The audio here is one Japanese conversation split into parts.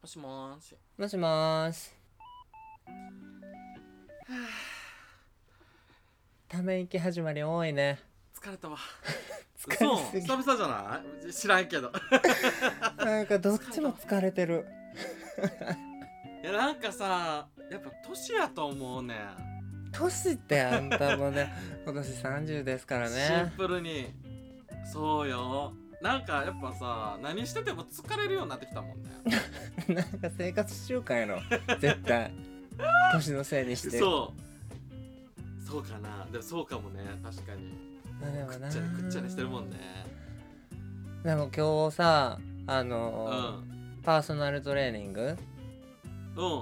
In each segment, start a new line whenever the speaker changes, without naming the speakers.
もしもーし。
もしもーし。ため息始まり多いね。
疲れたわ。
疲
そう
れす
久
ぎ
々じゃない知らんけど。
なんかどっちも疲れてる。
いや、なんかさ、やっぱ年やと思うねん。
年ってあんたもね、今年30ですから
シン
ね。
プルに。そうよ。なんかやっぱさ、何してても疲れるようになってきたもんね。
なんか生活習慣やろ。絶対。年のせいにして。
そう。そうかな。でもそうかもね、確かに。
まあでも
く
な
っちゃねくっちゃねしてるもんね。
でも今日さ、あ
う
の
ん。
ーパーソナルトレーニング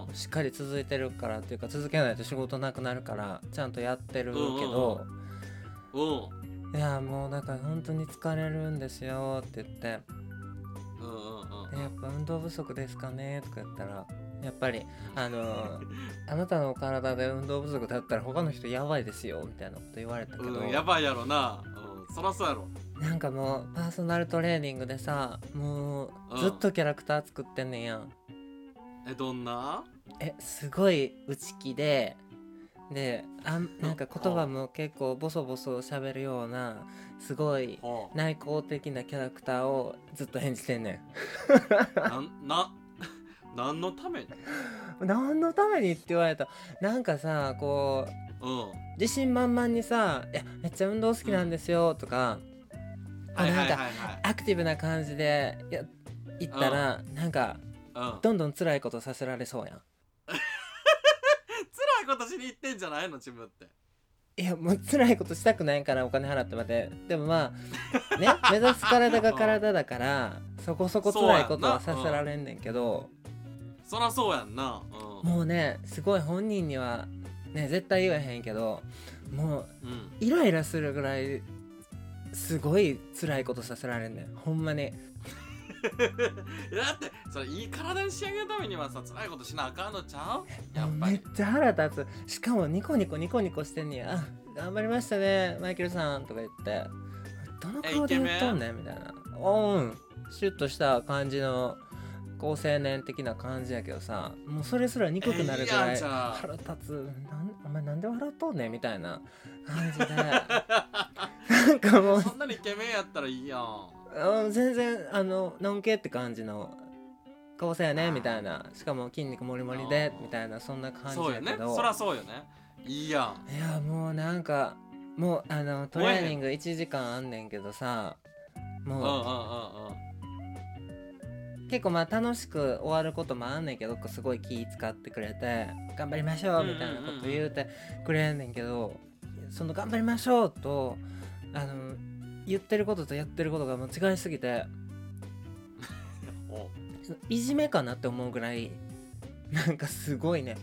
うん。
しっかり続いてるからっていうか続けないと仕事なくなるからちゃんとやってるけど、
うん。
いやもうなんか本当に疲れるんですよって言って
うんうん
でやっぱ運動不足ですかねとか言ったらやっぱり あのーあなたのお体で運動不足だったら他の人やばいですよみたいなこと言われたけど、
うん。うん、やばいやろな。うん。そらそうやろ。
なんかもうパーソナルトレーニングでさもうずっとキャラクター作ってんねんやん
え、どんな
えすごい内気でであんなんか言葉も結構ボソボソ喋るようなすごい
ほう。
内向的なキャラクターをずっと演じてんね
なん、な、 何のために
ん何のためにって言われたなんかさこう
うん。
自信満々にさ「いやめっちゃ運動好きなんですよ」とか、あなんか
い
アクティブな感じでや言ったら、なんか
はい。うん。辛
どんどん辛いことさせられそうやん
いことしに行ってんじゃないの自分って。
いやもう辛いことしたくないからお金払ってまででもまあ ね目指す体が体だからそこそこ辛いことはさせられんねんけど、
そらそうやんな。うん。
もうねすごい本人にはね絶対言わへんけどもう
うん。
イライラするぐらいすごい辛いことさせられんねんほんまに
いやだって、それいい体に仕上げるためにはさ、辛いことしなあかんのちゃうやっぱ
めっ
り。
ちゃ腹立つしかもニコニコニコニコしてんねやあ「頑張りましたねマイケルさん」とか言って「どの顔で言っとんねん」みたいな「おうん」シュッとした感じの高青年的な感じやけどさもうそれすら憎くなるぐ
ええや
ら
ん
い
じゃあ
腹立つなんお前なんで笑っとんねんみたいな感じで なんかもう
そんなにイケメンやったらいいやん。
あ全然あののんけって感じの顔さやねみたいなしかも筋肉もりもりで
あー
みたいなそんな感じ
そう
や
よ
け
ね。
ど
そらそうよね。いいやん。
いやもうなんかもうあのトレーニング1時間あんねんけどさ
うんうんうん
も
うん。
う結構まあ楽しく終わることもあんねんけどすごい気使ってくれて頑張りましょうみたいなこと言うてくれんねんけどその頑張りましょうとあの言ってることとやってることがもう違いすぎて
お
いじめかなって思うぐらいなんかすごいね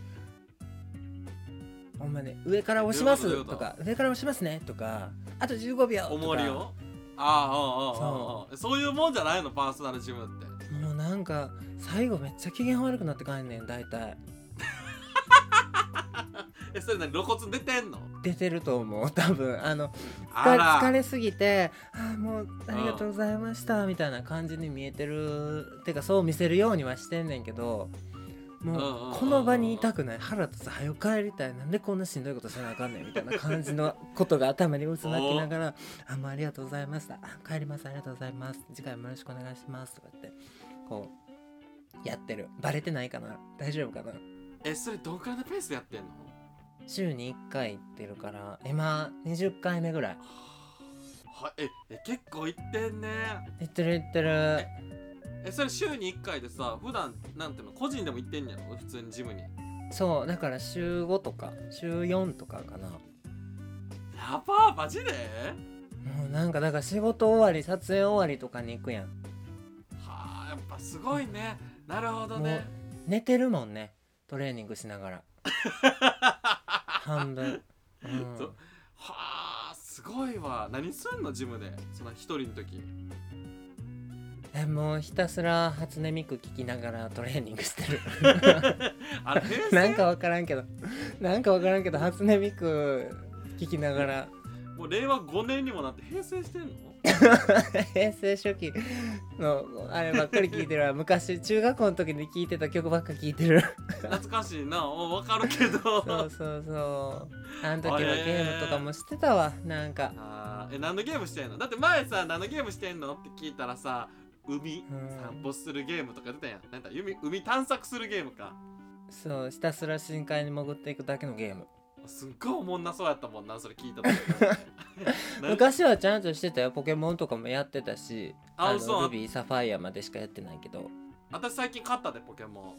ほんまね上から押しま
どういうこ
す
と
とか上から押しますねとかあと15秒とか
思うよ。ああ、うんうんうんうん。そういうもんじゃないの、パーソナルジムって。
もうなんか最後めっちゃ機嫌悪くなって帰んねん大体
え、それ何露骨出てんの
出てると思う多分あの
あら。
疲れすぎて「あーもうありがとうございました」みたいな感じに見えてるてかそう見せるようにはしてんねんけど
うんうんうん
も
う
うんこの場にいたくない腹立つ早く帰りたいなんでこんなしんどいことせなあかんねんみたいな感じのことが頭に渦巻きながら「あもうありがとうございましたあ帰りますありがとうございます次回もよろしくお願いします」とか言ってこうやってるバレてないかな大丈夫かな
え、それどんくらいのペースでやってんの
週に1回行ってるから今20回目ぐらい
はええ結構行ってんね
行ってる行ってる
えそれ週に1回でさ普段なんていうの個人でも行ってんねやろ普通にジムにや
そうだから週5とか週4とかかなも
ばーマジで
うなんかだから仕事終わり撮影終わりとかに行くやん
はあやっぱすごいねなるほどね
寝てるもんねトレーニングしな がら半分、うん
そうはあすごいわ何すんのジムでその一人の時
えもうひたすら初音ミク聞きながらトレーニングしてる
あれ平成
なんかわからんけどなんかわからんけど初音ミク聞きながら
もう令和5年にもなって平成してんの
平成初期のあればっかり聞いてるわ昔中学校の時に聴いてた曲ばっか聞いてる
懐かしいなおわかるけど
そうそうそうあの時はゲームとかもしてたわなんか
あーえ何のゲームしてんのだって前さ何のゲームしてんのって聞いたらさ海
うん
散歩するゲームとか出たやんなんだ海海探索するゲームか
そうひたすら深海に潜っていくだけのゲーム
すっごいおもんなそうやったもんなそれ聞いた時 なんか
昔はちゃんとしてたよポケモンとかもやってたし
あ
あ
嘘
のルビーサファイアまでしかやってないけど
私最近買ったでポケモン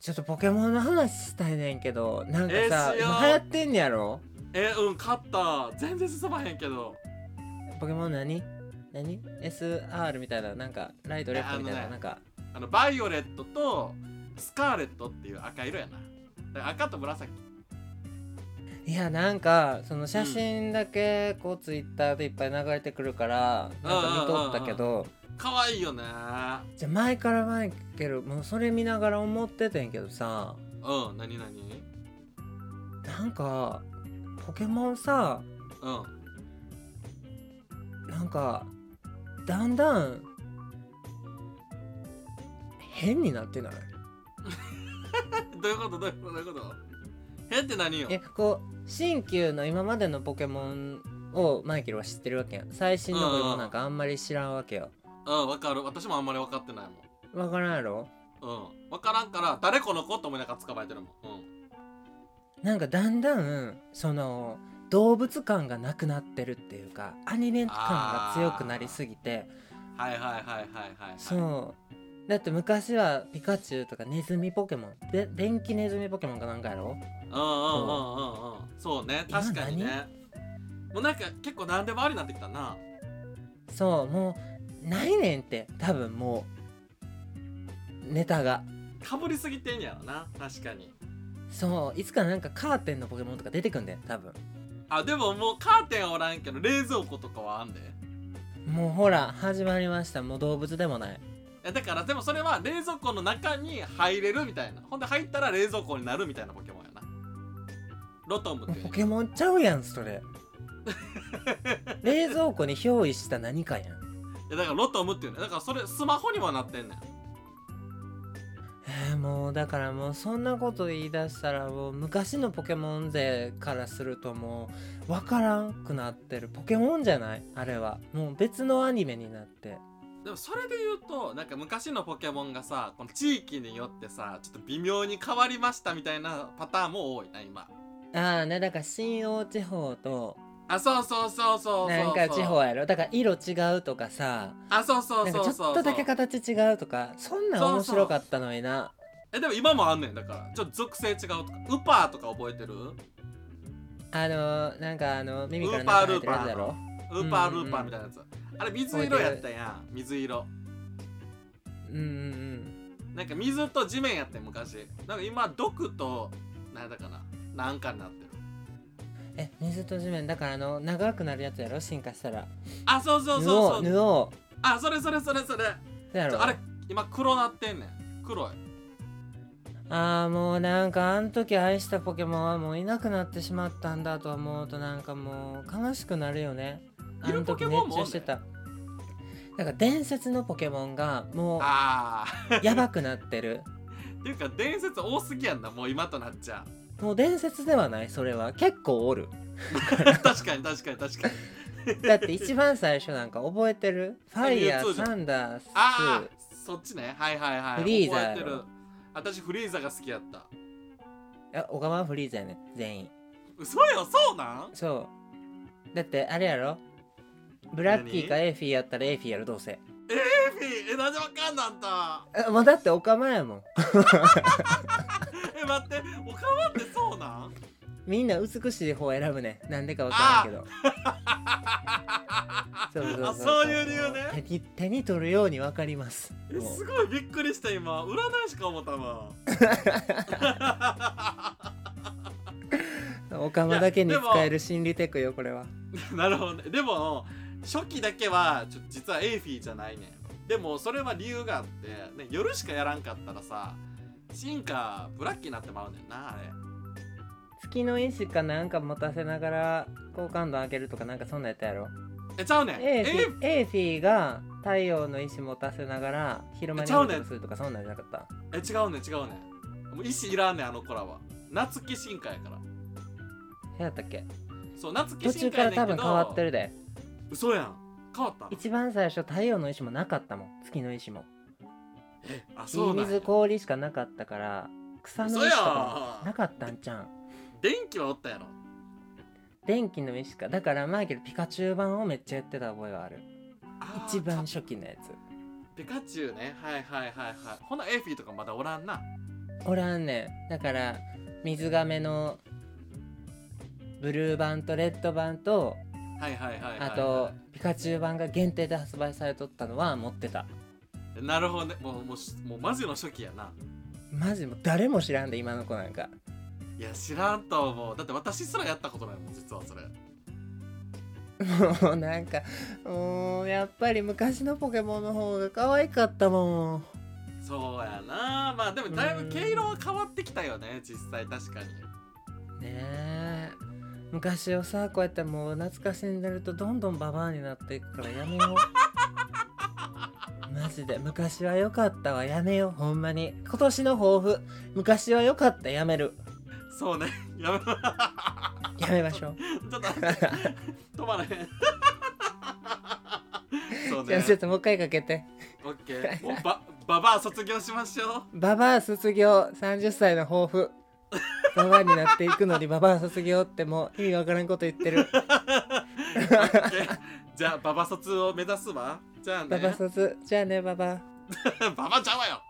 ちょっとポケモンの話したいねんけどなんか
え
さ、
ーしよう
今流行ってんやろ
えうん買った全然進まへんけど
ポケモン何何 ?SR みたいななんかライトレフトみたい
あ
な、
のね
なんか
あのバイオレットとスカーレットっていう赤色やなだから赤と紫
いやなんかその写真だけこうツイッターでいっぱい流れてくるから、なんか見とったけど
可愛いよね
じゃあ前から前けどもうそれ見ながら思っててんけどさ
うん何何
なんかポケモンさ
うん
なんかだんだん変になってない
どういうことどういうことどういうこと変って何よ
えこう新旧の今までのポケモンをマイケルは知ってるわけやん最新のポケモンなんかあんまり知らんわけよ
うんわかる私もあんまり分かってない
わからんやろ
もんうん分からんから誰この子と思いながら捕まえてるもんうん
なんかだんだんその動物感がなくなってるっていうかアニメ感が強くなりすぎて
はいはいはいはいはいはい
そうだって昔はピカチュウとかネズミポケモンで電気ネズミポケモンかなんかやろ
うんうんうんうんうんそうね確かにねもうなんか結構何でもありになってきたな
そうもうないねんって多分もうネタが
かぶりすぎてんやろな確かに
そういつかなんかカーテンのポケモンとか出てくんだよ多分
あでももうカーテンはおらんけど冷蔵庫とかはあんで
もうほら始まりましたもう動物でもない
えだからでもそれは冷蔵庫の中に入れるみたいなほんで入ったら冷蔵庫になるみたいなポケモンやなロトムっていう
ポケモンちゃうやんそれ冷蔵庫に憑依した何かやん
いやだからロトムっていうねだからそれスマホにもなってんねん
えーもうだからもうそんなこと言い出したらもう昔のポケモン勢からするともう分からんくなってるポケモンじゃないあれはもう別のアニメになって
でもそれで言うとなんか昔のポケモンがさこの地域によってさちょっと微妙に変わりましたみたいなパターンも多いな今
ああねだから新大地方と
あそうそうそうそうそうそう
なんか地方やろだから色違うとかさ
あそうそう
なんか
そう
ち
そ
ょ
う
っ
そう
とだけ形違うとかそんなん面白かったのにな
えでも今もあんねんだからちょっと属性違うとかウパーとか覚えてる
あのー、なんかあの耳から
ウーパー
中入ってるやつや
ルー
ろ
ウーパー
うん
ル
うんうん
ーパーみたいなやつ、あれ水色やったやん水色
うんうん
なんか水と地面やってん昔なんか今毒となんだかななんかになってる
うんえ水と地面だからあの長くなるやつやろ進化したら
あそうそうそうそう
布布を
あそれそれそれそれ
そうや
ち
ろ
ょあれ今黒なってんねん黒い
あーもうなんかあの時愛したポケモンはもういなくなってしまったんだと思うとなんかもう悲しくなるよねあ
いる
の
ポ
時
ケモン
熱
も
中してたなんか伝説のポケモンがも
あ
うやばくなってる
ーっていうか伝説多すぎやんなもう今となっちゃ う
もう伝説ではないそれは結構おる
確かに確かに確かに
だって一番最初なんか覚えてるファイヤ
そう
ー
じゃん
サンダース
ああそっちねはいはいはい
フリーザ
覚
や
え
ろ
てる私フリーザが好きやった
いやオカマフリーザやね全員
嘘よそうなん
そうだってあれやろブラッキーかエイフィーやったらエイフィーやるどうせ
エフィえなんでわかんなんだ
えもうだってオカマやもん
え待っておかまってそうなん
みんな美しい方を選ぶねなんでかわからん けどそうそうそう
あそういう理由ね
手に手に取るようにわかります
え
もう
すごいびっくりした今占いしか思ったわ
オカマだけに使える心理テクよこれは
なるほどねでも初期だけはちょ実はエイフィーじゃないねんでもそれは理由があって、ね、夜しかやらんかったらさ進化ブラッキーになってまうねんなあれ
月の石かなんか持たせながら好感度上げるとかなんかそんなんやったやろ
えちゃうねん
エーフ
え
ィエーフィーが太陽の石持たせながら広めに
ちゃうねん
報告するとかそんなんじゃなかった
え違うねん違うねんもう意思いらんねんあの子らは夏木進化やから
何やったっけ
そう夏木
途
進化
中か
や
ら
ねんけど
多分変わってるで
嘘やん変わった
一番最初太陽の石もなかったもん月の石も
えあ
火
そうなんや
水氷しかなかったから草の
嘘
石
や
とかもなんかったんちゃん
電気はおったやろ
電気の石かだからマイケルピカチュウ版をめっちゃやってた覚えがある
あー
一番
か
初期のやつ
ピカチュウねはいはいはいはいほなエーフィーとかまだおらんな
おらんねんだから水亀のブルー版とレッド版と
はいはいはいはい、はい、
あとピカチュウ版が限定で発売されとったのは持ってた
なるほどねもうもうしもうマジの初期やな
マジもう誰も知らんで今の子なんか
いや知らんと思うだって私すらやったことないもん実はそれ
もうなんかもうやっぱり昔のポケモンの方が可愛かったもん
そうやなまあでもだいぶ毛色は変わってきたよね実際確かに
ねえ昔をさこうやってもう懐かしんでるとどんどんババアになっていくからやめようマジで昔は良かったわやめようほんまに今年の抱負昔は良かったやめる
そうねやめちょ
やめましょう
っと待って止まれへんそう
じゃあ
ね
ちょっともう一回かけて
オッケーもうばババア卒業しましょう
ババア卒業30歳の抱負ババアになっていくのにババア卒業ってもう意味わからんこと言ってる
じゃあババ卒を目指すわじゃあね
ババ卒じゃあねババア
ババちゃうわよ